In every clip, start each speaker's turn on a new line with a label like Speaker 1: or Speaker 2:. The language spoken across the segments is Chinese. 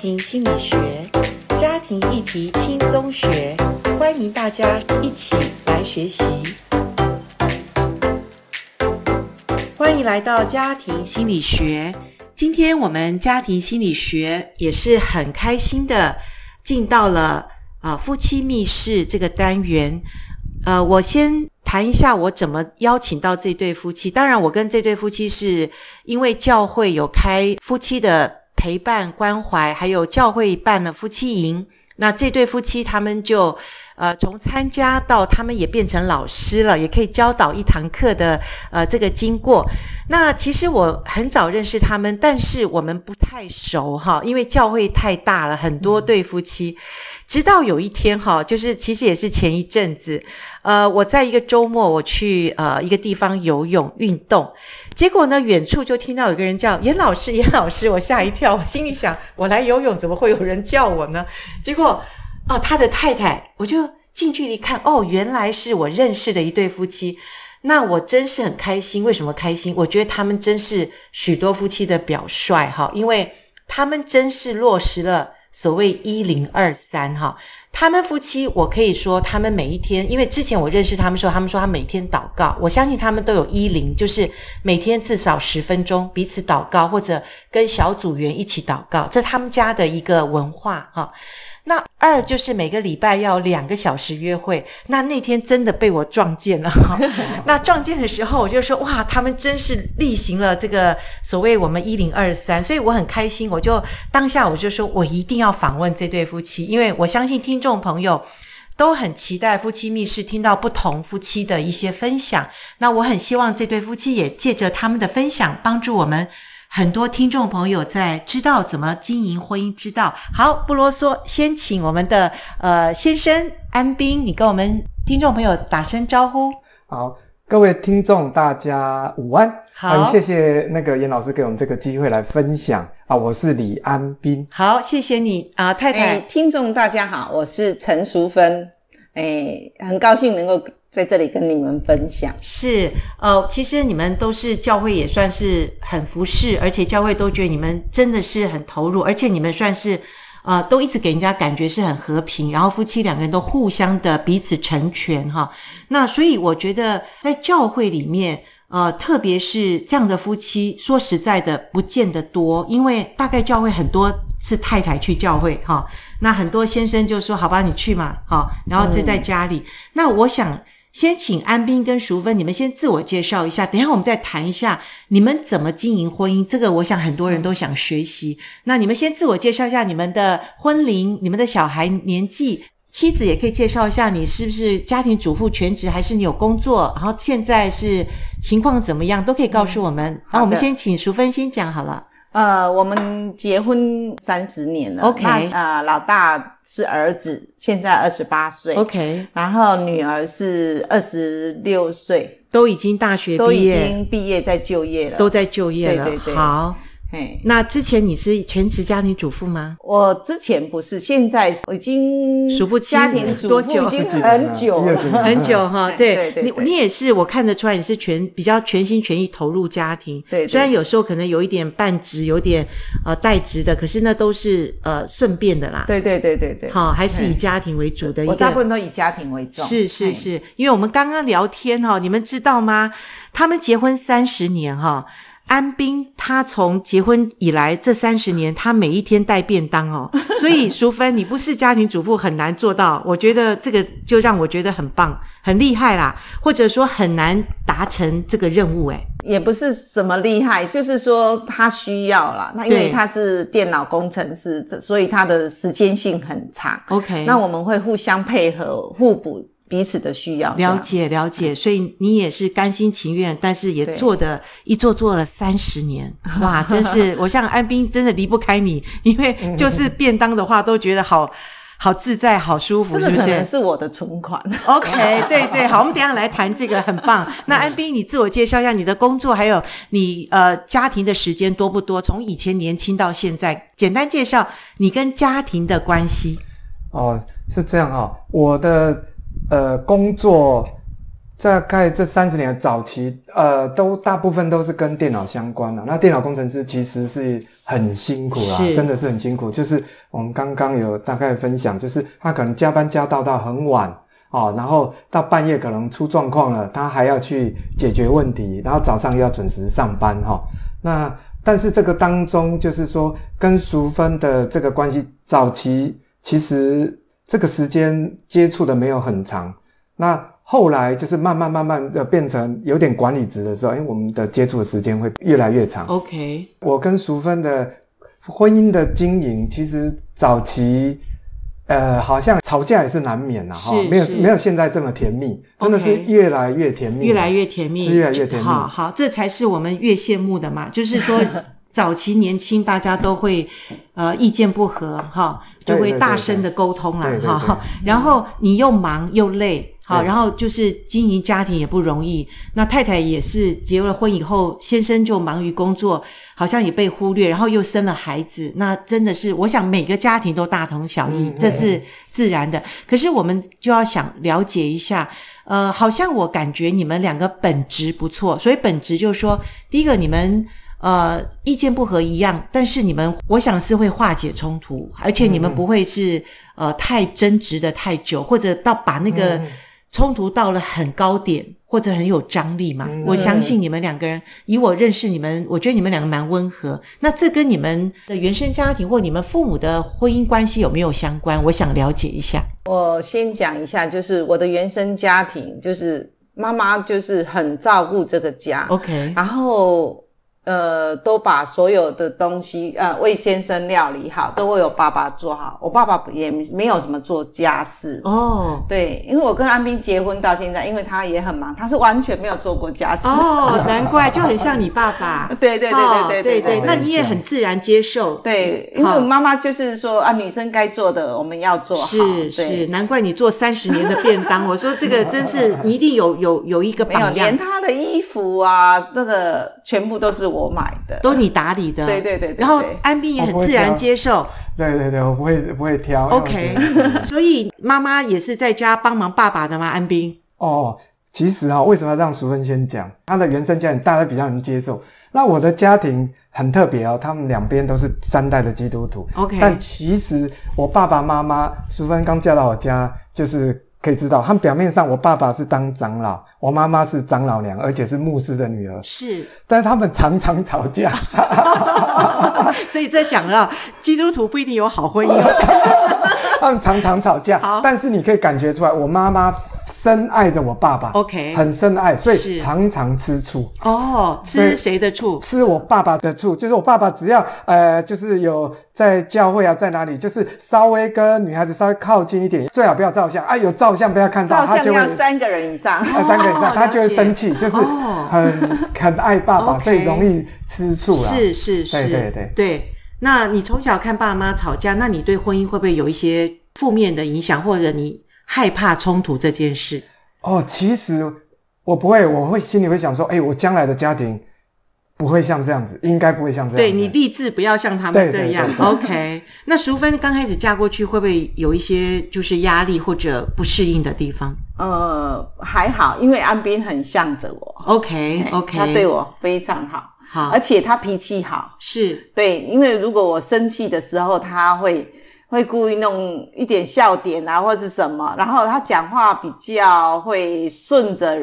Speaker 1: 庭心理学，家庭议题轻松学，欢迎大家一起来学习。欢迎来到家庭心理学，今天我们家庭心理学也是很开心的，进到了啊、呃夫妻密室这个单元。呃，我先谈一下我怎么邀请到这对夫妻。当然，我跟这对夫妻是因为教会有开夫妻的陪伴关怀，还有教会办了夫妻营。那这对夫妻他们就呃从参加到他们也变成老师了，也可以教导一堂课的呃这个经过。那其实我很早认识他们，但是我们不太熟哈，因为教会太大了，很多对夫妻。直到有一天哈，就是其实也是前一阵子，呃，我在一个周末我去呃一个地方游泳运动，结果呢，远处就听到有个人叫严老师，严老师，我吓一跳，我心里想，我来游泳怎么会有人叫我呢？结果哦，他的太太，我就近距离看，哦，原来是我认识的一对夫妻。那我真是很开心，为什么开心？我觉得他们真是许多夫妻的表率哈，因为他们真是落实了所谓一零二三哈。他们夫妻，我可以说他们每一天，因为之前我认识他们时候，他们说他每天祷告，我相信他们都有一零，就是每天至少十分钟彼此祷告，或者跟小组员一起祷告，这他们家的一个文化哈。那二就是每个礼拜要两个小时约会，那那天真的被我撞见了哈。那撞见的时候，我就说哇，他们真是例行了这个所谓我们一零二三，所以我很开心，我就当下我就说我一定要访问这对夫妻，因为我相信听众朋友。都很期待夫妻密室听到不同夫妻的一些分享。那我很希望这对夫妻也借着他们的分享，帮助我们很多听众朋友在知道怎么经营婚姻之道。好，不啰嗦，先请我们的呃先生安斌，你跟我们听众朋友打声招呼。
Speaker 2: 好，各位听众大家午安。
Speaker 1: 好
Speaker 2: 啊谢谢那个严老师给我们这个机会来分享啊，我是李安斌。
Speaker 1: 好，谢谢你啊、太太。
Speaker 3: 哎，听众大家好，我是陈淑芬，哎，很高兴能够在这里跟你们分享。
Speaker 1: 是，呃，其实你们都是教会也算是很服侍，而且教会都觉得你们真的是很投入，而且你们算是，呃，都一直给人家感觉是很和平，然后夫妻两个人都互相的彼此成全哈。那所以我觉得在教会里面，呃，特别是这样的夫妻，说实在的，不见得多，因为大概教会很多是太太去教会哈，那很多先生就说好吧，你去嘛，哈，然后就在家里。那我想先请安斌跟淑芬，你们先自我介绍一下，等一下我们再谈一下你们怎么经营婚姻，这个我想很多人都想学习。那你们先自我介绍一下你们的婚龄、你们的小孩年纪。妻子也可以介绍一下，你是不是家庭主妇全职，还是你有工作？然后现在是情况怎么样，都可以告诉我们。那、
Speaker 3: 嗯好的
Speaker 1: 我们先请淑芬先讲好了。
Speaker 3: 呃，我们结婚三十年了
Speaker 1: OK
Speaker 3: 那呃，老大是儿子，现在二十八岁
Speaker 1: OK，
Speaker 3: 然后女儿是二十六岁，
Speaker 1: 都已经大学
Speaker 3: 都
Speaker 1: 毕
Speaker 3: 已
Speaker 1: 业，
Speaker 3: 经毕业在就业了。
Speaker 1: 都在就业了。
Speaker 3: 对对对
Speaker 1: 好，
Speaker 3: 嘿，
Speaker 1: 那之前你是全职家庭主妇吗？
Speaker 3: 我之前不是，现在我已经
Speaker 1: 数不清
Speaker 3: 家庭主
Speaker 1: 多
Speaker 3: 妇
Speaker 1: 久
Speaker 3: 已经
Speaker 2: 自己
Speaker 3: 很久
Speaker 2: 一二
Speaker 3: 了
Speaker 2: 十。年
Speaker 1: 很久 哈，
Speaker 3: 嗯
Speaker 1: 对
Speaker 3: 对对
Speaker 1: 你
Speaker 3: 对
Speaker 1: 你也是，我看得出来你是全比较全心全意投入家庭，
Speaker 3: 对对
Speaker 1: 虽然有时候可能有一点半职，有点呃代职的，可是那都是呃顺便的啦，，
Speaker 3: 对对对对对。
Speaker 1: 好，还是以
Speaker 3: 嘿
Speaker 1: 家庭为主的一
Speaker 3: 我大部
Speaker 1: 个。
Speaker 3: 分都以家庭为重。
Speaker 1: 是是
Speaker 3: 嘿，
Speaker 1: 是，因为我们刚刚聊天哈、你们知道吗？他们结婚三十年哈、安斌他从结婚以来这三十年，他每一天带便当哦，所以淑芬你不是家庭主妇很难做到，我觉得这个就让我觉得很棒，很厉害啦，或者说很难达成这个任务哎诶。
Speaker 3: 也不是什么厉害，就是说他需要啦。那因
Speaker 1: 对
Speaker 3: 为他是电脑工程师，所以他的时间性很长。
Speaker 1: OK，
Speaker 3: 那我们会互相配合，互补彼此的需要。这样嗯
Speaker 1: 了，解了解，所以你也是甘心情愿，但是也
Speaker 3: 对嗯
Speaker 1: 做的一做做了三十年，哇，真 是我像安斌真的离不开你，因为就是便当的话都觉得好好自在、好舒服，
Speaker 3: 这
Speaker 1: 是
Speaker 3: 个
Speaker 1: 不
Speaker 3: 可能
Speaker 1: 是
Speaker 3: 是我的存款。
Speaker 1: ？OK，对对，好，我们等一下来谈这个，很棒。那安斌，你自我介绍一下你的工作，还有你呃家庭的时间多不多？从以前年轻到现在，简单介绍你跟家庭的关系。
Speaker 2: 哦，是这样哈、哦，我的呃工作大概这三十年的早期，呃，都大部分都是跟电脑相关的、那电脑工程师其实是很辛苦啦，
Speaker 1: 是
Speaker 2: 真的是很辛苦。就是我们刚刚有大概分享，就是他可能加班加到到很晚哦，然后到半夜可能出状况了，他还要去解决问题，然后早上要准时上班哦哈、那但是这个当中，就是说跟淑芬的这个关系，早期其实这个时间接触的没有很长，那后来就是慢慢慢慢的变成有点管理职的时候，哎，我们的接触的时间会越来越
Speaker 1: 哦
Speaker 2: 长。
Speaker 1: OK，
Speaker 2: 我跟淑芬的婚姻的经营，其实早期，呃，好像吵架也是难免呐、啊，哈
Speaker 1: 是，
Speaker 2: 没有
Speaker 1: 是
Speaker 2: 没有现在这么甜蜜，真的是
Speaker 1: OK
Speaker 2: 越来越甜蜜，
Speaker 1: 越来越甜蜜，
Speaker 2: 是越来越甜蜜
Speaker 1: 好好，这才是我们越羡慕的嘛， 就是说。早期年轻，大家都会，呃，意见不合哈，就
Speaker 2: 对
Speaker 1: 会
Speaker 2: 对
Speaker 1: 大
Speaker 2: 对
Speaker 1: 声的沟通啦
Speaker 2: 对对
Speaker 1: 哈
Speaker 2: 对。
Speaker 1: 然后你又忙又累，好，
Speaker 2: 对
Speaker 1: 然后就是经营家庭也不容易。那太太也是结了婚以后，先生就忙于工作，好像也被忽略，然后又生了孩子，那真的是，我想每个家庭都大同小异，
Speaker 2: 嗯
Speaker 1: 这是自然的。可是我们就要想了解一下，呃，好像我感觉你们两个本质不错，所以本质就是说，第一个你们呃意见不合一样，但是你们我想是会化解冲突，而且你们
Speaker 2: 嗯
Speaker 1: 不会是、呃太争执的太久，或者到把那个
Speaker 2: 嗯
Speaker 1: 冲突到了很高点。或者很有张力嘛？
Speaker 2: 嗯
Speaker 1: 我相信你们两个人，以我认识你们，我觉得你们两个蛮温和。那这跟你们的原生家庭或你们父母的婚姻关系有没有相关？我想了解一下。
Speaker 3: 我先讲一下，就是我的原生家庭，就是妈妈就是很照顾这个
Speaker 2: 啊
Speaker 3: 家
Speaker 1: OK，
Speaker 3: 然后呃都把所有的东西呃为先生料理好，都会有爸爸做好。我爸爸也没有什么做家事。
Speaker 1: 哦，
Speaker 3: 对，因为我跟安斌结婚到现在，因为他也很忙，他是完全没有做过家事。
Speaker 1: 哦，难怪就很像你爸爸。
Speaker 3: 对对
Speaker 1: 哦
Speaker 3: 对对
Speaker 1: 对
Speaker 3: 对
Speaker 1: 对，
Speaker 3: 对
Speaker 1: 那你也很自然接受。
Speaker 3: 对，因为我妈妈就是说啊，女生该做的我们要做好。
Speaker 1: 是
Speaker 3: 对
Speaker 1: 是，难怪你做三十年的便当。我说这个真是你一定有 有有一个
Speaker 3: 没有，
Speaker 1: 榜样，
Speaker 3: 连他的衣服啊，那个全部都是我买的。
Speaker 1: 都你打理的。
Speaker 3: 对对对对
Speaker 1: 然后
Speaker 3: 对
Speaker 1: 安斌也
Speaker 2: 我不
Speaker 1: 很
Speaker 2: 会
Speaker 1: 自然
Speaker 2: 挑
Speaker 1: 接受。
Speaker 2: 对对对，我不会哦不会挑。因为我觉得
Speaker 1: OK，所以妈妈也是在家帮忙爸爸的吗？安斌
Speaker 2: 哦，其实哈、为什么要让淑芬先讲？她的原生家庭大家比较能接受。那我的家庭很特别哦，他们两边都是三代的基督徒。
Speaker 1: 哦 OK
Speaker 2: 但其实我爸爸妈妈，淑芬刚嫁到我家，就是可以知道，他们表面上我爸爸是当长老，我妈妈是长老娘，而且是牧师的女儿，
Speaker 1: 是，
Speaker 2: 但他们常常吵架。
Speaker 1: 所以这讲了，基督徒不一定有好婚姻哦。
Speaker 2: 他们常常吵架
Speaker 1: 好，
Speaker 2: 但是你可以感觉出来，我妈妈深爱着我爸爸
Speaker 1: OK
Speaker 2: 很深爱，所
Speaker 1: 是
Speaker 2: 以常常吃醋。
Speaker 1: 哦，吃
Speaker 2: 对
Speaker 1: 谁的醋？
Speaker 2: 吃我爸爸的醋，就是我爸爸只要呃，就是有在教会啊，在哪里，就是稍微跟女孩子稍微靠近一点，最好不要照相啊，有照相不要看到，
Speaker 3: 照
Speaker 2: 他
Speaker 3: 相
Speaker 2: 就会
Speaker 3: 要三个人以上。
Speaker 2: 呃三个以
Speaker 1: 哦
Speaker 2: 上，他就
Speaker 1: 了
Speaker 2: 会
Speaker 1: 解
Speaker 2: 生气，就是
Speaker 1: 哦
Speaker 2: 很很爱爸爸，
Speaker 1: OK
Speaker 2: 所以容易吃醋啦。
Speaker 1: 是是是，
Speaker 2: 对对对
Speaker 1: 那你从小看爸妈吵架，那你对婚姻会不会有一些负面的影响，或者你害怕冲突这件事？
Speaker 2: 哦，其实我不会，我会心里会想说，哎，我将来的家庭不会像这样子，应该不会像这样
Speaker 1: 对
Speaker 2: 子。
Speaker 1: 你立志不要像他们
Speaker 2: 对对
Speaker 1: 这
Speaker 2: 对
Speaker 1: 样。
Speaker 2: 对
Speaker 1: OK，那淑芬刚开始嫁过去，会不会有一些就是压力或者不适应的地方
Speaker 3: 呃，还好，因为安斌很向着我。
Speaker 1: ？OK 哎 OK，
Speaker 3: 他哎对我非常好，
Speaker 1: 好，
Speaker 3: 而且他脾气好。
Speaker 1: 是
Speaker 3: 对，因为如果我生气的时候，他会会故意弄一点笑点啊，或是什么，然后他讲话比较会顺着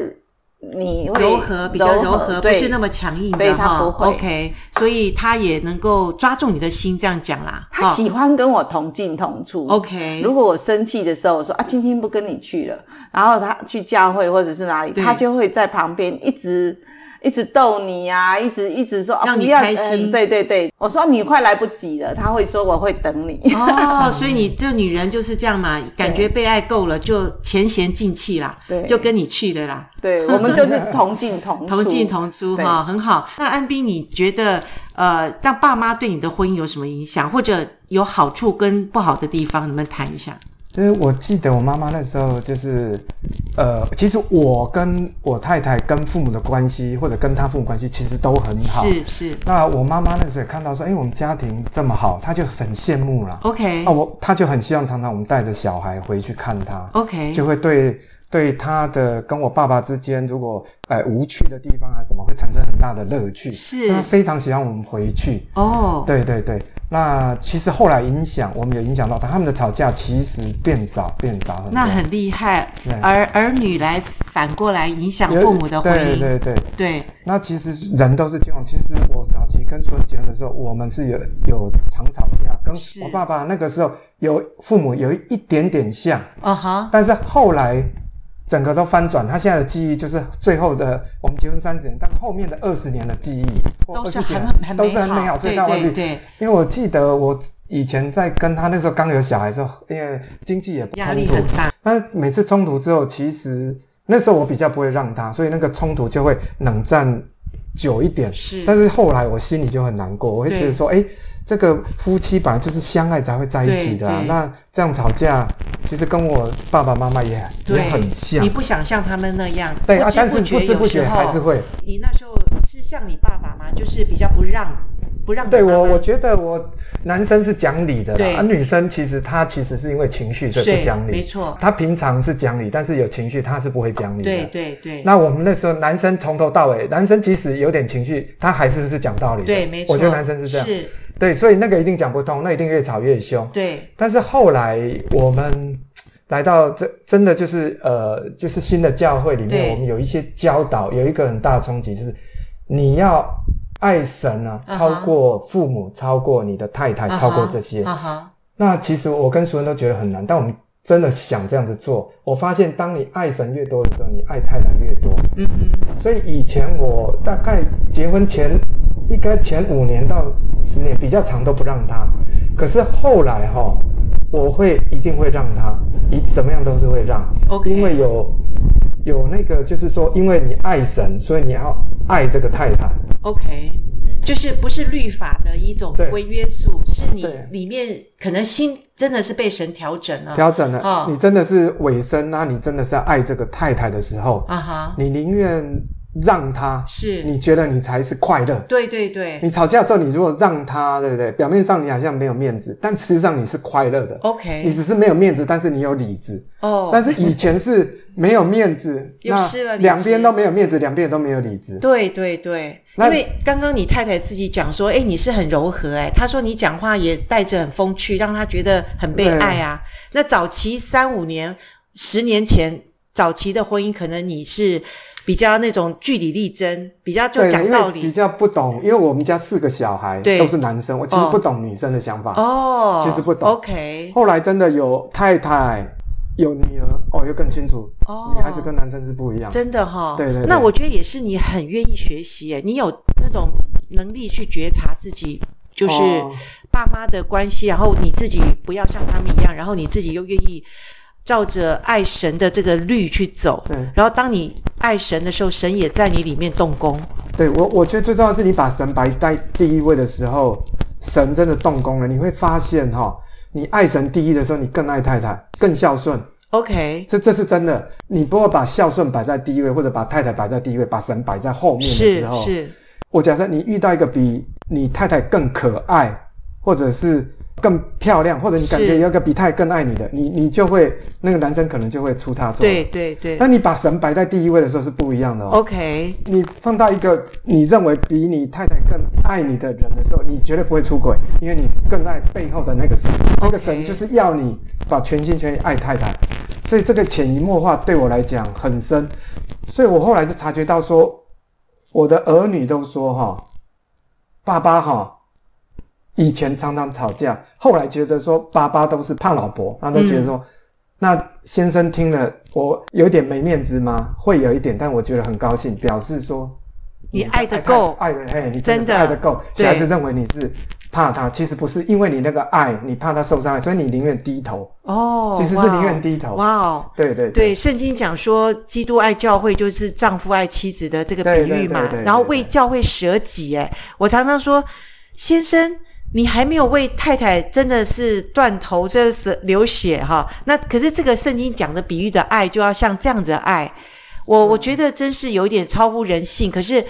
Speaker 3: 你，会
Speaker 1: 柔和，比较柔和，不
Speaker 3: 对
Speaker 1: 是那么强硬
Speaker 3: 对
Speaker 1: 的
Speaker 3: 他
Speaker 1: 哈。
Speaker 3: 不会
Speaker 1: OK，所以他也能够抓住你的心，这样讲啦。
Speaker 3: 他
Speaker 1: 哈
Speaker 3: 喜欢跟我同进同出。
Speaker 1: OK，
Speaker 3: 如果我生气的时候，我说啊，今天不跟你去了，然后他去教会或者是哪里，
Speaker 1: 对
Speaker 3: 他就会在旁边一直一直逗你啊，一直一直说啊，
Speaker 1: 让
Speaker 3: 不
Speaker 1: 你
Speaker 3: 要
Speaker 1: 开心
Speaker 3: 嗯对对对，我说你快来不及了，他会说我会等 你。
Speaker 1: 哦，所以你这女人就是这样嘛，感觉被爱够了就前嫌尽弃啦，
Speaker 3: 对
Speaker 1: 就跟你去了啦，
Speaker 3: 对，我们就是同进同 出。
Speaker 1: 同进同出
Speaker 3: 对
Speaker 1: 哈、很好。那安斌，你觉得呃，让爸妈对你的婚姻有什么影响，或者有好处跟不好的地方，你们谈一下？
Speaker 2: 就是我记得我妈妈那时候就是，呃，其实我跟我太太跟父母的关系，或者跟她父母关系，其实都很好。
Speaker 1: 是是
Speaker 2: 那我妈妈那时候也看到说，哎、我们家庭这么好，她就很羡慕啦。
Speaker 1: ，OK
Speaker 2: 那、我她就很希望常常我们带着小孩回去看她。
Speaker 1: OK，
Speaker 2: 就会对对他的跟我爸爸之间，如果呃无趣的地方啊什么，会产生很大的乐趣。
Speaker 1: 是
Speaker 2: 所以他非常喜欢我们回去。
Speaker 1: 哦，
Speaker 2: 对对对，那其实后来影响我们有影响到他，他们的吵架其实变少变少很多。
Speaker 1: 那很厉害
Speaker 2: 对，
Speaker 1: 儿儿女来反过来影响
Speaker 2: 有
Speaker 1: 父母的婚
Speaker 2: 对
Speaker 1: 姻，
Speaker 2: 对对。
Speaker 1: 对
Speaker 2: 那其实人都是交往。其实我早期跟春结婚的时候，我们是有有常吵架，跟
Speaker 1: 是
Speaker 2: 我爸爸那个时候有父母有一点点像，
Speaker 1: 哦哈，
Speaker 2: 但是后来整个都翻转，他现在的记忆就是最后的我们结婚三十年，但后面的二十年的记忆或
Speaker 1: 都是
Speaker 2: 20几年
Speaker 1: 很很
Speaker 2: 都是很
Speaker 1: 美好
Speaker 2: 美好，所以
Speaker 1: 对
Speaker 2: 他忘记。
Speaker 1: 对对
Speaker 2: 因为我记得我以前在跟他那时候刚有小孩的时候，因为经济也不
Speaker 1: 压
Speaker 2: 冲
Speaker 1: 力
Speaker 2: 突
Speaker 1: 很，大，
Speaker 2: 但每次冲突之后，其实那时候我比较不会让他，所以那个冲突就会冷战久一点。
Speaker 1: 是
Speaker 2: 但是后来我心里就很难过，我会觉得说，哎、这个夫妻本来就是相爱才会在一起的、啊
Speaker 1: 对，对
Speaker 2: 那这样吵架，其实跟我爸爸妈妈也也
Speaker 1: 对
Speaker 2: 很像
Speaker 1: 你。不想像他们那样，
Speaker 2: 对
Speaker 1: 不
Speaker 2: 啊
Speaker 1: 知
Speaker 2: 但是不
Speaker 1: 觉
Speaker 2: 知不
Speaker 1: 有时
Speaker 2: 觉
Speaker 1: 候
Speaker 2: 还是会。
Speaker 1: 你那时候是像你爸爸吗？就是比较不让不让你
Speaker 2: 对我，
Speaker 1: 妈妈
Speaker 2: 我觉得我男生是讲理的
Speaker 1: 对
Speaker 2: 啦，啊，女生其实她其实是因为情绪所以
Speaker 1: 是
Speaker 2: 不讲理，
Speaker 1: 没错
Speaker 2: 她平常是讲理，但是有情绪她是不会讲理的。
Speaker 1: 对对对，
Speaker 2: 那我们那时候男生从头到尾，男生即使有点情绪，他还是是讲道理的。
Speaker 1: 对没错
Speaker 2: 我觉得男生是这样。
Speaker 1: 是。
Speaker 2: 对，所以那个一定讲不通，那一定越吵越凶。
Speaker 1: 对
Speaker 2: 但是后来我们来到这，真的就是呃，就是新的教会里
Speaker 1: 对
Speaker 2: 面，我们有一些教导，有一个很大的冲击，就是你要爱神啊，
Speaker 1: 啊哈
Speaker 2: 超过父母，超过你的太太，超过这些。
Speaker 1: 啊哈
Speaker 2: 那其实我跟熟人都觉得很难，但我们真的想这样子做，我发现当你爱神越多的时候，你爱太太越多。
Speaker 1: 嗯哼，
Speaker 2: 所以以前我大概结婚前，应该前五年到十年比较长都不让他，可是后来哈、我会一定会让他，以怎么样都是会让
Speaker 1: OK
Speaker 2: 因为有有那个就是说，因为你爱神，所以你要爱这个太太，
Speaker 1: ，OK，就是不是律法的一种
Speaker 2: 对
Speaker 1: 规约束，是你
Speaker 2: 对
Speaker 1: 里面可能心真的是被神调整了，
Speaker 2: 调整了，
Speaker 1: 哦
Speaker 2: 你真的是尾声啊，你真的是要爱这个太太的时候，
Speaker 1: 啊哈，
Speaker 2: 你宁愿让他，
Speaker 1: 是
Speaker 2: 你觉得你才是快乐，
Speaker 1: 对对对
Speaker 2: 你吵架的时候，你如果让他，对不对？表面上你好像没有面子，但实际上你是快乐的。你
Speaker 1: ，OK，
Speaker 2: 只是没有面子，但是你有理智。
Speaker 1: 哦，
Speaker 2: 但是以前是没有面子，
Speaker 1: 又
Speaker 2: 那
Speaker 1: 失了理智
Speaker 2: 两边都没有面子，两边都没有理智。
Speaker 1: 对对对，因
Speaker 2: 那
Speaker 1: 为刚刚你太太自己讲说，哎，你是很柔和哎，她说你讲话也带着很风趣，让她觉得很被
Speaker 2: 对
Speaker 1: 爱啊。那早期三五年、十年前早期的婚姻，可能你是比较那种据理力争，比较就
Speaker 2: 对，
Speaker 1: 讲
Speaker 2: 因
Speaker 1: 道
Speaker 2: 为比
Speaker 1: 理
Speaker 2: 较不懂，因为我们家四个小孩
Speaker 1: 对
Speaker 2: 都是男生，我其实
Speaker 1: 哦
Speaker 2: 不懂女生的想法。
Speaker 1: 哦，
Speaker 2: 其实不懂
Speaker 1: OK，
Speaker 2: 后来真的有太太，有女儿，哦，又更清楚，
Speaker 1: 哦
Speaker 2: 女孩子跟男生是不一样。
Speaker 1: 真的哈、
Speaker 2: 对对对
Speaker 1: 那我觉得也是你很愿意学习耶，你有那种能力去觉察自己，就是
Speaker 2: 哦
Speaker 1: 爸妈的关系，然后你自己不要像他们一样，然后你自己又愿意照着爱神的这个律去走。
Speaker 2: 对
Speaker 1: 然后当你爱神的时候，神也在你里面动工。
Speaker 2: 对我，我觉得最重要的是你把神摆在第一位的时候，神真的动工了。你会发现哈、你爱神第一的时候，你更爱太太，更孝顺。
Speaker 1: OK，
Speaker 2: 这这是真的。你不会把孝顺摆在第一位，或者把太太摆在第一位，把神摆在后面的时
Speaker 1: 是
Speaker 2: 候，
Speaker 1: 是，
Speaker 2: 我假设你遇到一个比你太太更可爱，或者是更漂亮，或者你感
Speaker 1: 是
Speaker 2: 觉有一个比太太更爱你的，你你就会那个男生可能就会出差错。
Speaker 1: 对。对对。
Speaker 2: 当你把神摆在第一位的时候是不一样的哦。
Speaker 1: OK，
Speaker 2: 你碰到一个你认为比你太太更爱你的人的时候，你绝对不会出轨，因为你更爱背后的那个神
Speaker 1: OK
Speaker 2: 那个神就是要你把全心全意爱太太。所以这个潜移默化对我来讲很深，所以我后来就察觉到说，我的儿女都说哈、爸爸哈、以前常常吵架，后来觉得说爸爸都是怕老婆，他都觉得说。那先生听了，我有点没面子吗？会有一点，但我觉得很高兴，表示说
Speaker 1: 你爱得够
Speaker 2: 爱的嘿，你
Speaker 1: 真的
Speaker 2: 真的是爱得够。
Speaker 1: 对
Speaker 2: 小孩子认为你是怕他，其实不是，因为你那个爱，你怕他受伤害，所以你宁愿低头。
Speaker 1: 哦，
Speaker 2: 其实是
Speaker 1: 哇哦
Speaker 2: 宁愿低头
Speaker 1: 哇哦，
Speaker 2: 对对
Speaker 1: 对，圣经讲说，基督爱教会就是丈夫爱妻子的这个比喻嘛
Speaker 2: 对对对对，对
Speaker 1: 然后为教会舍己。哎，我常常说，先生，你还没有为太太真的是断头，真的是流血哈。那可是这个圣经讲的比喻的爱，就要像这样子的爱。我我觉得真是有点超乎人性。可是，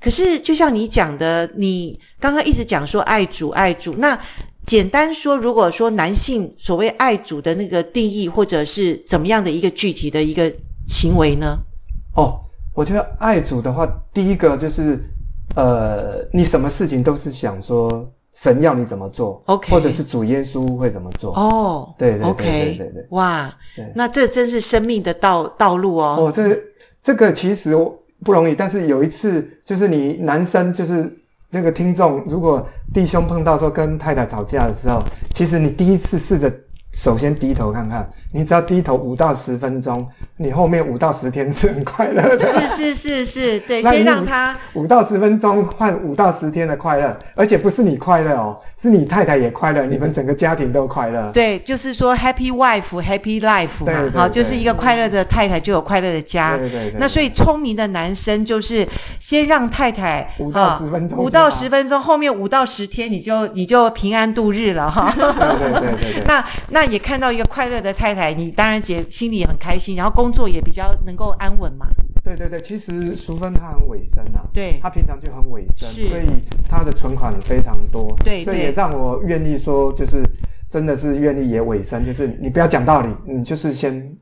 Speaker 1: 可是就像你讲的，你刚刚一直讲说爱主爱主。那简单说，如果说男性所谓爱主的那个定义，或者是怎么样的一个具体的一个行为呢？
Speaker 2: 哦，我觉得爱主的话，第一个就是，呃，你什么事情都是想说神要你怎么做
Speaker 1: OK
Speaker 2: 或者是主耶稣会怎么做。
Speaker 1: 哦，
Speaker 2: 对对对
Speaker 1: o k
Speaker 2: 对对对
Speaker 1: 哇，
Speaker 2: 对，
Speaker 1: 那这真是生命的道道路
Speaker 2: 哦，
Speaker 1: 哦。
Speaker 2: 这这个其实不容易，但是有一次就是你男生就是那个听众，如果弟兄碰到说跟太太吵架的时候，其实你第一次试着首先低头看看，你只要低头五到十分钟，你后面五到十天是很快乐的。
Speaker 1: 是是是是，对，
Speaker 2: 那你
Speaker 1: 先让他
Speaker 2: 五到十分钟换五到十天的快乐，而且不是你快乐哦，是你太太也快乐，你们整个家庭都快乐。
Speaker 1: 对，就是说 happy wife happy life
Speaker 2: 对
Speaker 1: 嘛
Speaker 2: 对，
Speaker 1: 好，
Speaker 2: 对
Speaker 1: 就是一个快乐的太太就有快乐的家。
Speaker 2: 对对对
Speaker 1: 啊那所以聪明的男生就是先让太太
Speaker 2: 五到十分钟
Speaker 1: 五
Speaker 2: 就
Speaker 1: 到
Speaker 2: 好
Speaker 1: 十分钟，后面五到十天你就你就平安度日了哈。
Speaker 2: 对对对对对。
Speaker 1: 那那也看到一个快乐的太太，你当然姐心里也很开心，然后工作也比较能够安稳嘛。
Speaker 2: 对对对，其实淑芬她很委身啊，
Speaker 1: 对
Speaker 2: 她平常就很委身，
Speaker 1: 是
Speaker 2: 所以她的存款非常多，
Speaker 1: 对
Speaker 2: 所以
Speaker 1: 对
Speaker 2: 也让我愿意说，就是真的是愿意也委身，就是你不要讲道理，你就是先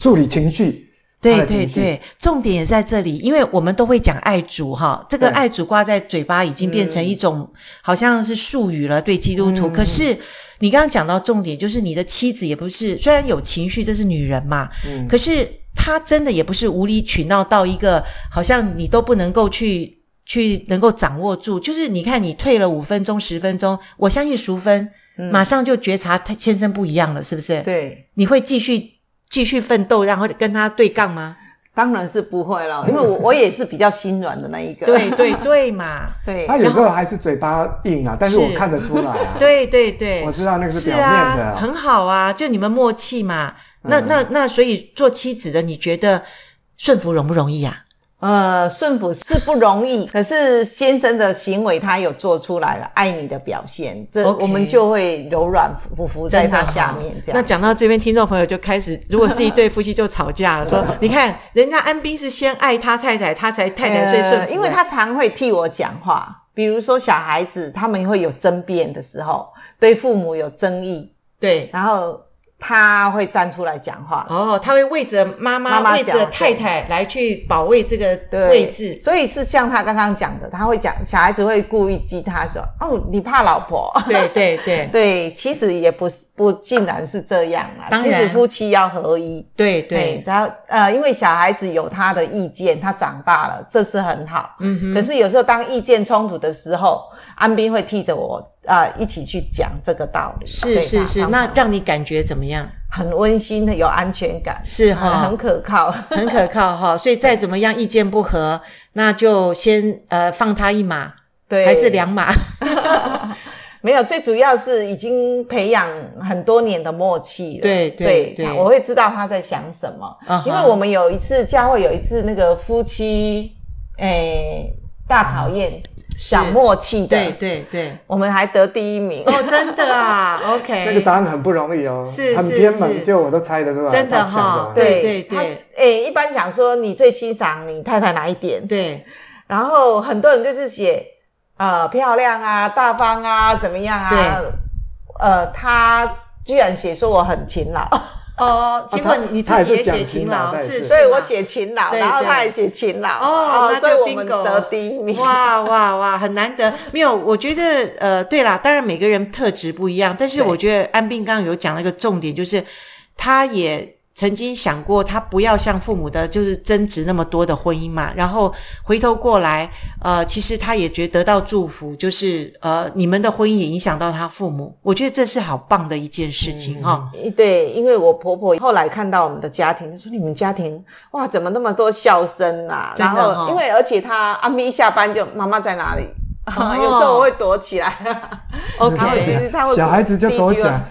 Speaker 2: 处理情绪，她
Speaker 1: 对
Speaker 2: 的
Speaker 1: 对
Speaker 2: 情绪
Speaker 1: 对，重点也在这里，因为我们都会讲爱主哈，这个
Speaker 2: 对
Speaker 1: 爱主挂在嘴巴已经变成一种、好像是术语了，对基督徒。
Speaker 2: 嗯
Speaker 1: 可是你刚刚讲到重点，就是你的妻子也不是，虽然有情绪，这是女人嘛，
Speaker 2: 嗯，
Speaker 1: 可是她真的也不是无理取闹到一个好像你都不能够去去能够掌握住。就是你看，你退了五分钟、十分钟，我相信淑芬
Speaker 3: 嗯
Speaker 1: 马上就觉察她先生不一样了，是不是？，
Speaker 3: 对，
Speaker 1: 你会继续继续奋斗，然后跟他对杠吗？
Speaker 3: 当然是不会了，因为我我也是比较心软的那一个。
Speaker 1: 对对对嘛，
Speaker 3: 对，
Speaker 2: 她有时候还是嘴巴硬啊，但是我看得出来 啊，
Speaker 1: 对对对
Speaker 2: 我，知道那个
Speaker 1: 是
Speaker 2: 表面的
Speaker 1: 啊，很好啊，就你们默契嘛。那
Speaker 2: 嗯
Speaker 1: 那那，所以做妻子的，你觉得顺服容不容易啊？
Speaker 3: 呃，顺服是不容易，可是先生的行为他有做出来了，爱你的表现，这
Speaker 1: OK
Speaker 3: 我们就会柔软服服在他下面这
Speaker 1: 啊那
Speaker 3: 样。
Speaker 1: 讲到这边，听众朋友就开始，如果是一对夫妻就吵架了， 说你看人家安斌是先爱他太太，他才太太最顺服
Speaker 3: 呃
Speaker 1: 的，
Speaker 3: 因为他常会替我讲话，比如说小孩子他们会有争辩的时候，对父母有争议，
Speaker 1: 对。
Speaker 3: 然后他会站出来讲话。
Speaker 1: 哦，他会为着妈妈、
Speaker 3: 妈妈
Speaker 1: 为
Speaker 3: 讲
Speaker 1: 着太太来去保卫这个位置，
Speaker 3: 所以是像他刚刚讲的，他会讲小孩子会故意激他说：“哦，你怕老婆。”
Speaker 1: 对对对
Speaker 3: 对，其实也不是不尽然是这样啦。
Speaker 1: 当
Speaker 3: 其
Speaker 1: 然
Speaker 3: 实夫妻要合一。
Speaker 1: 对对，
Speaker 3: 对，然后呃，因为小孩子有他的意见，他长大了，这是很好。
Speaker 1: 嗯哼
Speaker 3: 可是有时候当意见冲突的时候，安斌会替着我啊、呃一起去讲这个道理。啊对
Speaker 1: 是是
Speaker 3: 吧
Speaker 1: 是，
Speaker 3: 常
Speaker 1: 那
Speaker 3: 常
Speaker 1: 让你感觉怎么样？
Speaker 3: 很温馨的，有安全感，
Speaker 1: 是
Speaker 3: 很
Speaker 1: 哈
Speaker 3: 啊很可靠。
Speaker 1: 很可靠哈，所以再怎么样意见不合，那就先呃放他一马，
Speaker 3: 对，
Speaker 1: 还是两马。
Speaker 3: 没有，最主要是已经培养很多年的默契了。
Speaker 1: 对对对
Speaker 3: 我会知道他在想什么
Speaker 1: 嗯哼
Speaker 3: 因为我们有一次教会有一次那个夫妻，诶、大考验，讲默契的，
Speaker 1: 对对对，
Speaker 3: 我们还得第一名。
Speaker 1: 哦，真的啊，OK，
Speaker 2: 这个答案很不容易哦，
Speaker 1: 是
Speaker 2: 很
Speaker 1: 是
Speaker 2: 偏
Speaker 1: 是
Speaker 2: 门，就我都猜得出来，
Speaker 1: 真的
Speaker 2: 她想
Speaker 1: 哈
Speaker 2: 什么
Speaker 1: 对对
Speaker 3: 他
Speaker 1: 对
Speaker 3: 诶、一般想说你最欣赏你太太哪一点？
Speaker 1: 对
Speaker 3: 然后很多人就是写呃漂亮啊、大方啊、怎么样啊
Speaker 1: 对，
Speaker 3: 呃，他居然写说我很勤劳，
Speaker 1: 哦，结果
Speaker 2: 他
Speaker 1: 你你
Speaker 2: 他
Speaker 1: 自
Speaker 2: 也
Speaker 1: 己也
Speaker 2: 是讲
Speaker 1: 写
Speaker 2: 勤
Speaker 1: 勤
Speaker 2: 劳
Speaker 1: 劳，
Speaker 2: 但
Speaker 1: 是，
Speaker 2: 是
Speaker 3: 所以
Speaker 1: 是
Speaker 3: 我
Speaker 1: 吗
Speaker 3: 写勤劳，
Speaker 1: 对
Speaker 3: 然后
Speaker 1: 对
Speaker 3: 他也写勤劳，
Speaker 1: 哦，那
Speaker 3: 所以
Speaker 1: 就
Speaker 3: 我们
Speaker 1: bingo
Speaker 3: 得第一名。
Speaker 1: 哇哇哇，很难得。没有，我觉得呃，对啦，当然每个人特质不一样，但是
Speaker 3: 对
Speaker 1: 我觉得安斌刚刚有讲了一个重点，就是他也曾经想过，他不要像父母的就是争执那么多的婚姻嘛，然后回头过来，呃，其实他也觉得得到祝福，就是呃，你们的婚姻也影响到他父母，我觉得这是好棒的一件事情
Speaker 2: 嗯
Speaker 1: 哈、
Speaker 3: 对，因为我婆婆后来看到我们的家庭，说你们家庭哇，怎么那么多笑声啊？
Speaker 1: 真
Speaker 3: 然
Speaker 1: 的哦
Speaker 3: 后因为而且她阿咪一下班就妈妈在哪里，
Speaker 1: 哦
Speaker 3: 有时候我会躲起来。
Speaker 1: OK
Speaker 3: 然后其实她会
Speaker 2: 小孩子就躲起
Speaker 3: 第一句
Speaker 2: 来
Speaker 3: 话。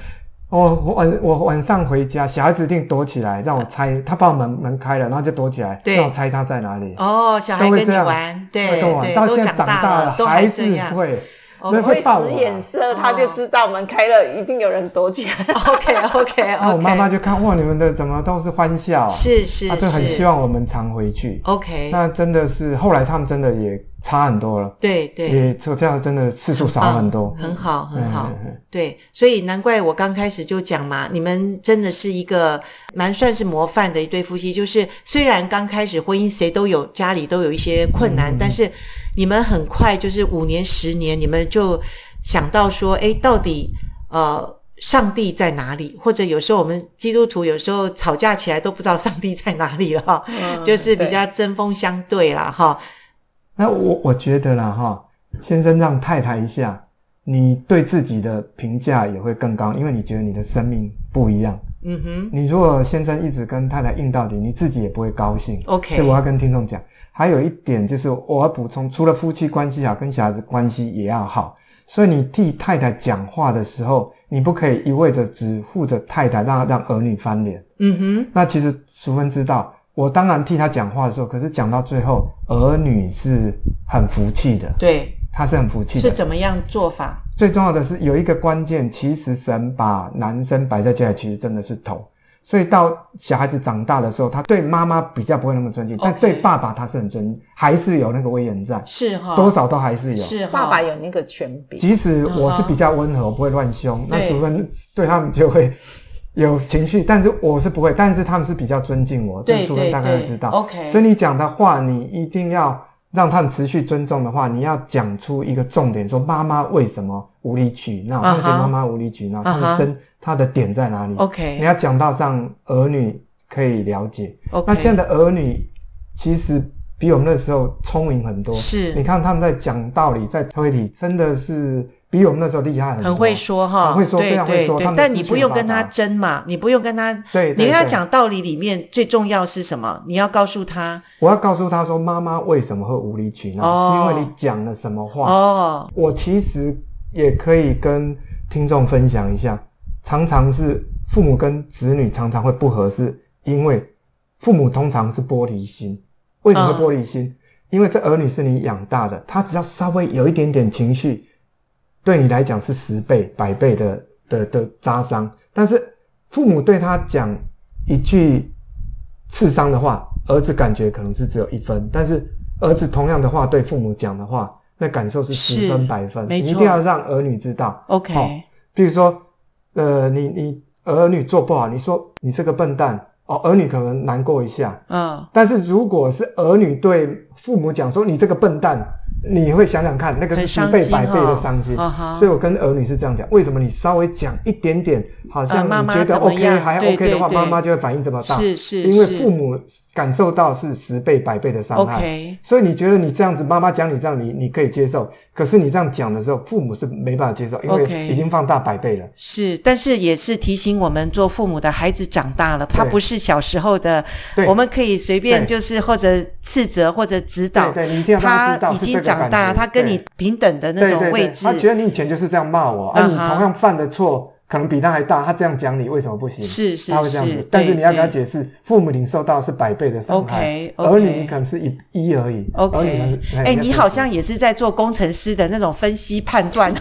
Speaker 2: 我我晚我晚上回家，小孩子一定躲起来，让我猜，他把门门开了，然后就躲起来，
Speaker 1: 啊对
Speaker 2: 让我猜他在哪里。
Speaker 1: 哦，小孩
Speaker 2: 都会
Speaker 1: 跟你
Speaker 2: 这样
Speaker 1: 玩，对
Speaker 2: 会跟我玩
Speaker 1: 对，
Speaker 2: 到
Speaker 1: 都
Speaker 2: 现在
Speaker 1: 长
Speaker 2: 长
Speaker 1: 大
Speaker 2: 大
Speaker 1: 了，都
Speaker 2: 还
Speaker 1: 还这
Speaker 2: 是
Speaker 1: 样。
Speaker 2: 会。
Speaker 3: 我们
Speaker 2: 会
Speaker 3: 使
Speaker 2: 爆我啊
Speaker 3: 眼色，他
Speaker 1: 哦
Speaker 3: 就知道门开了，一定有人躲起来。
Speaker 1: OK OK
Speaker 2: 那
Speaker 1: OK，
Speaker 2: 啊我妈妈就看哇，你们的怎么都是欢笑，
Speaker 1: 是是
Speaker 2: 她就很
Speaker 1: 是
Speaker 2: 希望我们常回去。
Speaker 1: OK，
Speaker 2: 那真的是后来他们真的也差很多了，
Speaker 1: 对对，
Speaker 2: 也就这样真的次数少
Speaker 1: 啊
Speaker 2: 很多。
Speaker 1: 很好很好。
Speaker 2: 嗯嗯嗯
Speaker 1: 对，所以难怪我刚开始就讲嘛，你们真的是一个蛮算是模范的一对夫妻。就是虽然刚开始婚姻谁都有，家里都有一些困难，
Speaker 2: 嗯
Speaker 1: 但是你们很快就是五年、十年，你们就想到说，哎，到底呃上帝在哪里？或者有时候我们基督徒有时候吵架起来都不知道上帝在哪里了哈，
Speaker 3: 嗯
Speaker 1: 就是比较针锋相对啦哈。
Speaker 2: 那我我觉得啦哈，先生让太太一下，你对自己的评价也会更高，因为你觉得你的生命不一样。
Speaker 1: 嗯哼
Speaker 2: 你如果先生一直跟太太硬到底，你自己也不会高兴。
Speaker 1: ，OK，
Speaker 2: 这我要跟听众讲。还有一点就是我要补充，除了夫妻关系好，跟小孩子关系也要好。所以你替太太讲话的时候，你不可以一味着只护着太太，让让儿女翻脸。
Speaker 1: 嗯哼，
Speaker 2: 那其实淑芬知道，我当然替她讲话的时候，可是讲到最后，儿女是很服气的，
Speaker 1: 对，
Speaker 2: 他是很服气
Speaker 1: 是
Speaker 2: 的。
Speaker 1: 怎么样做法？
Speaker 2: 最重要的是有一个关键，其实神把男生摆在家里，其实真的是头。所以到小孩子长大的时候，他对妈妈比较不会那么尊敬
Speaker 1: OK
Speaker 2: 但对爸爸他是很尊敬，还是有那个威严在，
Speaker 1: 是哈，
Speaker 2: 多少都还是有。
Speaker 1: 哦是哈
Speaker 3: 爸爸有那个权柄，
Speaker 2: 即使我是比较温和，我不会乱凶，那
Speaker 1: 嗯对
Speaker 2: 淑芬对他们就会有情绪，但是我是不会，但是他们是比较尊敬我，这
Speaker 1: 对
Speaker 2: 淑芬大概
Speaker 1: 对
Speaker 2: 会
Speaker 1: 对
Speaker 2: 知道。
Speaker 1: OK
Speaker 2: 所以你讲的话，你一定要让他们持续尊重的话，你要讲出一个重点，说妈妈为什么无理取闹，
Speaker 1: 啊哈
Speaker 2: 他们觉得妈妈无理取闹，他
Speaker 1: 啊哈
Speaker 2: 们生他的点在哪里？
Speaker 1: OK，
Speaker 2: 你要讲到让儿女可以了解。
Speaker 1: OK，
Speaker 2: 那现在的儿女其实比我们那时候聪明很多。
Speaker 1: 是
Speaker 2: 你看他们在讲道理，在推理，真的是比我们那时候厉害很多。
Speaker 1: 很会说哈，
Speaker 2: 很会说，非
Speaker 1: 对
Speaker 2: 常会
Speaker 1: 对
Speaker 2: 说。
Speaker 1: 对，
Speaker 2: 他们的
Speaker 1: 但
Speaker 2: 资
Speaker 1: 你
Speaker 2: 讯
Speaker 1: 不用
Speaker 2: 发达
Speaker 1: 跟他争嘛，你不用跟他，
Speaker 2: 对
Speaker 1: 你
Speaker 2: 对
Speaker 1: 跟他
Speaker 2: 对
Speaker 1: 讲道理里面最重要是什么？你要告诉他
Speaker 2: 我要告诉他说，妈妈为什么会无理取闹，
Speaker 1: 哦
Speaker 2: 是因为你讲了什么话。
Speaker 1: 哦，
Speaker 2: 我其实也可以跟听众分享一下，常常是父母跟子女常常会不合适，因为父母通常是玻璃心。为什么
Speaker 1: 嗯
Speaker 2: 会玻璃心？因为这儿女是你养大的，他只要稍微有一点点情绪，对你来讲是十倍、百倍的的的扎伤。但是父母对他讲一句刺伤的话，儿子感觉可能是只有一分，但是儿子同样的话对父母讲的话，那感受是十
Speaker 1: 是
Speaker 2: 分百分。
Speaker 1: 没
Speaker 2: 你一
Speaker 1: 错
Speaker 2: 定要让儿女知道。
Speaker 1: OK
Speaker 2: 比如说，呃，你你儿女做不好，你说你这个笨蛋哦，儿女可能难过一下，
Speaker 1: 嗯，
Speaker 2: 但是如果是儿女对父母讲说你这个笨蛋，你会想想看，那个
Speaker 1: 很
Speaker 2: 是十
Speaker 1: 伤
Speaker 2: 倍、
Speaker 1: 心
Speaker 2: 百倍
Speaker 1: 哦
Speaker 2: 的伤心。
Speaker 1: 啊哈
Speaker 2: 所以我跟儿女是这样讲：为什么你稍微讲一点点，好像
Speaker 1: 呃妈
Speaker 2: 你
Speaker 1: 妈
Speaker 2: 觉得
Speaker 1: 怎么
Speaker 2: OK、
Speaker 1: 样
Speaker 2: 还
Speaker 1: 对
Speaker 2: OK 的话，
Speaker 1: 对
Speaker 2: 妈妈
Speaker 1: 对
Speaker 2: 就会反应这么大。
Speaker 1: 是是
Speaker 2: 因为
Speaker 1: 是
Speaker 2: 父母感受到是十倍、百倍的伤害。
Speaker 1: OK
Speaker 2: 所以你觉得你这样子，妈妈讲你这样，你你可以接受。可是你这样讲的时候，父母是没办法接受，因
Speaker 1: OK
Speaker 2: 为已经放大百倍了。
Speaker 1: 是，但是也是提醒我们做父母的孩子长大了，他
Speaker 2: 对
Speaker 1: 不是小时候的，
Speaker 2: 对
Speaker 1: 我们可以随便
Speaker 2: 对
Speaker 1: 就是或者斥责或者指导，
Speaker 2: 对对你一定要让他知道
Speaker 1: 已
Speaker 2: 是
Speaker 1: 经
Speaker 2: 这个
Speaker 1: 长大，
Speaker 2: 感觉
Speaker 1: 他跟你
Speaker 2: 对
Speaker 1: 平等的那
Speaker 2: 对
Speaker 1: 种
Speaker 2: 对
Speaker 1: 位
Speaker 2: 对，
Speaker 1: 置，
Speaker 2: 他觉得你以前就是这样骂我，
Speaker 1: 嗯
Speaker 2: 啊，
Speaker 1: 哼
Speaker 2: 你同样犯的错，可能比他还大，他这样讲你为什么不行？
Speaker 1: 是是
Speaker 2: 他会这样
Speaker 1: 是
Speaker 2: 子。但是
Speaker 1: 对
Speaker 2: 你要给他解释，父母领受到是百倍的伤害
Speaker 1: OK，OK
Speaker 2: 儿女可能是一一而已。儿女可
Speaker 1: OK，
Speaker 2: 能
Speaker 1: 哎、你好像也是在做工程师的那种分析判 断，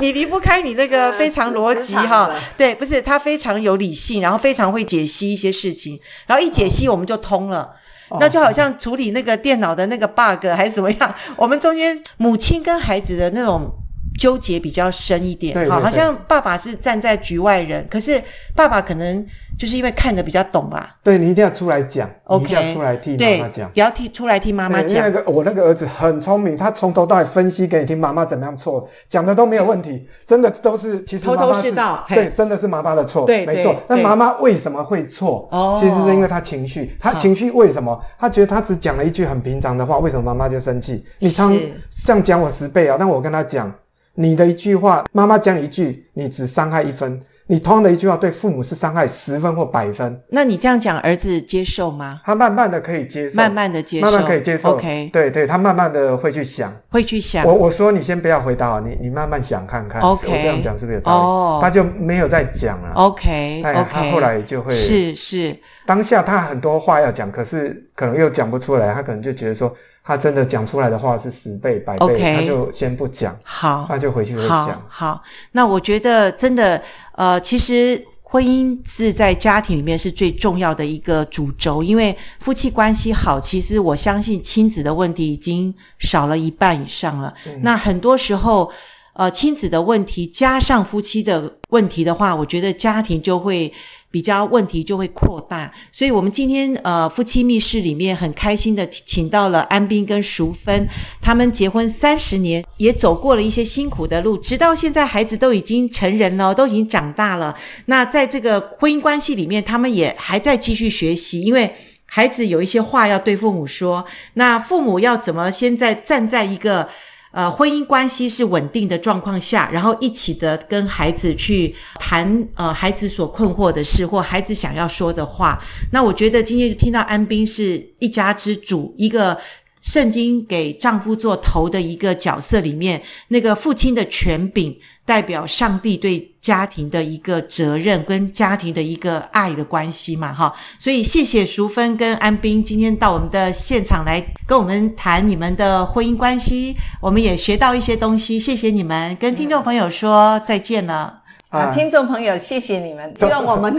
Speaker 1: 你离不开你那个非常逻辑哈、
Speaker 3: 呃呃职场的
Speaker 1: 对，不是他非常有理性，然后非常会解析一些事情，然后一解析我们就通了。
Speaker 2: 哦
Speaker 1: 那就好像处理那个电脑的那个 bug 还是怎么样，我们中间母亲跟孩子的那种纠结比较深一点，
Speaker 2: 对
Speaker 1: 好，
Speaker 2: 对
Speaker 1: 好
Speaker 2: 对
Speaker 1: 像爸爸是站在局外人，可是爸爸可能就是因为看得比较懂吧。
Speaker 2: 对你一定要出来讲你
Speaker 1: OK，
Speaker 2: 一定要出来替
Speaker 1: 对
Speaker 2: 妈妈讲。
Speaker 1: 也要替出来替妈妈
Speaker 2: 对因
Speaker 1: 讲
Speaker 2: 为那。个我那个儿子很聪明，他从头到尾分析给你听，妈妈怎么样错，讲的都没有问
Speaker 1: 嗯
Speaker 2: 题，真的都是其实
Speaker 1: 头头
Speaker 2: 妈妈
Speaker 1: 是道嘿
Speaker 2: 对，真的是妈妈的错，
Speaker 1: 对
Speaker 2: 没错
Speaker 1: 对。
Speaker 2: 那
Speaker 1: 对
Speaker 2: 妈妈为什么会错？
Speaker 1: 哦
Speaker 2: 其实是因为他情绪，他
Speaker 1: 好
Speaker 2: 情绪为什么？他觉得他只讲了一句很平常的话，为什么妈妈就生气？你常
Speaker 1: 是
Speaker 2: 这样讲我十倍啊，但我跟他讲，你的一句话，妈妈讲你一句，你只伤害一分，你同样的一句话对父母是伤害十分或百分，
Speaker 1: 那你这样讲，儿子接受吗？
Speaker 2: 他慢慢的可以接受，
Speaker 1: 慢慢的接受，
Speaker 2: 慢慢可以接受。
Speaker 1: OK，
Speaker 2: 对对，他慢慢的会去想。
Speaker 1: 会去想
Speaker 2: 我。我说你先不要回答我，你你慢慢想看看。
Speaker 1: OK
Speaker 2: 我这样讲是不是有道理？
Speaker 1: 哦
Speaker 2: 他就没有再讲了。
Speaker 1: OK
Speaker 2: 哎
Speaker 1: OK，
Speaker 2: 他后来就会
Speaker 1: 是是
Speaker 2: 当下他很多话要讲，可是可能又讲不出来，他可能就觉得说他真的讲出来的话是十倍、百倍
Speaker 1: OK
Speaker 2: 他就先不讲，
Speaker 1: 好，
Speaker 2: 他就回去会
Speaker 1: 好
Speaker 2: 讲。
Speaker 1: 好，那我觉得真的，呃，其实婚姻是在家庭里面是最重要的一个主轴，因为夫妻关系好，其实我相信亲子的问题已经少了一半以上了。
Speaker 2: 嗯
Speaker 1: 那很多时候，呃，亲子的问题加上夫妻的问题的话，我觉得家庭就会比较问题就会扩大。所以，我们今天呃夫妻密室里面很开心的请到了安斌跟淑芬，他们结婚三十年，也走过了一些辛苦的路，直到现在孩子都已经成人了，都已经长大了。那在这个婚姻关系里面，他们也还在继续学习，因为。孩子有一些话要对父母说，那父母要怎么先在站在一个呃婚姻关系是稳定的状况下，然后一起的跟孩子去谈呃孩子所困惑的事或孩子想要说的话。那我觉得今天听到安斌是一家之主，一个。圣经给丈夫做头的一个角色里面，那个父亲的权柄代表上帝对家庭的一个责任跟家庭的一个爱的关系嘛，哈。所以谢谢淑芬跟安斌今天到我们的现场来跟我们谈你们的婚姻关系，我们也学到一些东西，谢谢你们，跟听众朋友说再见了。
Speaker 3: 啊，听众朋友，谢谢 你们，希望我们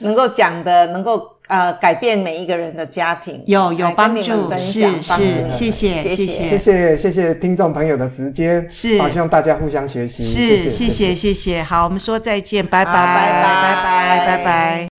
Speaker 3: 能够讲的能够呃改变每一个人的家庭，
Speaker 1: 有有
Speaker 3: 来跟
Speaker 1: 帮
Speaker 3: 你们
Speaker 1: 助，
Speaker 3: 分
Speaker 1: 是
Speaker 3: 享帮助
Speaker 1: 是，谢谢谢
Speaker 3: 谢
Speaker 2: 谢
Speaker 1: 谢
Speaker 2: 谢谢谢听众朋友的时间，
Speaker 1: 是
Speaker 2: 好，希望大家互相学习，
Speaker 1: 是谢谢谢谢，好，我们说再见，拜拜
Speaker 3: 好拜拜
Speaker 1: 拜拜拜拜。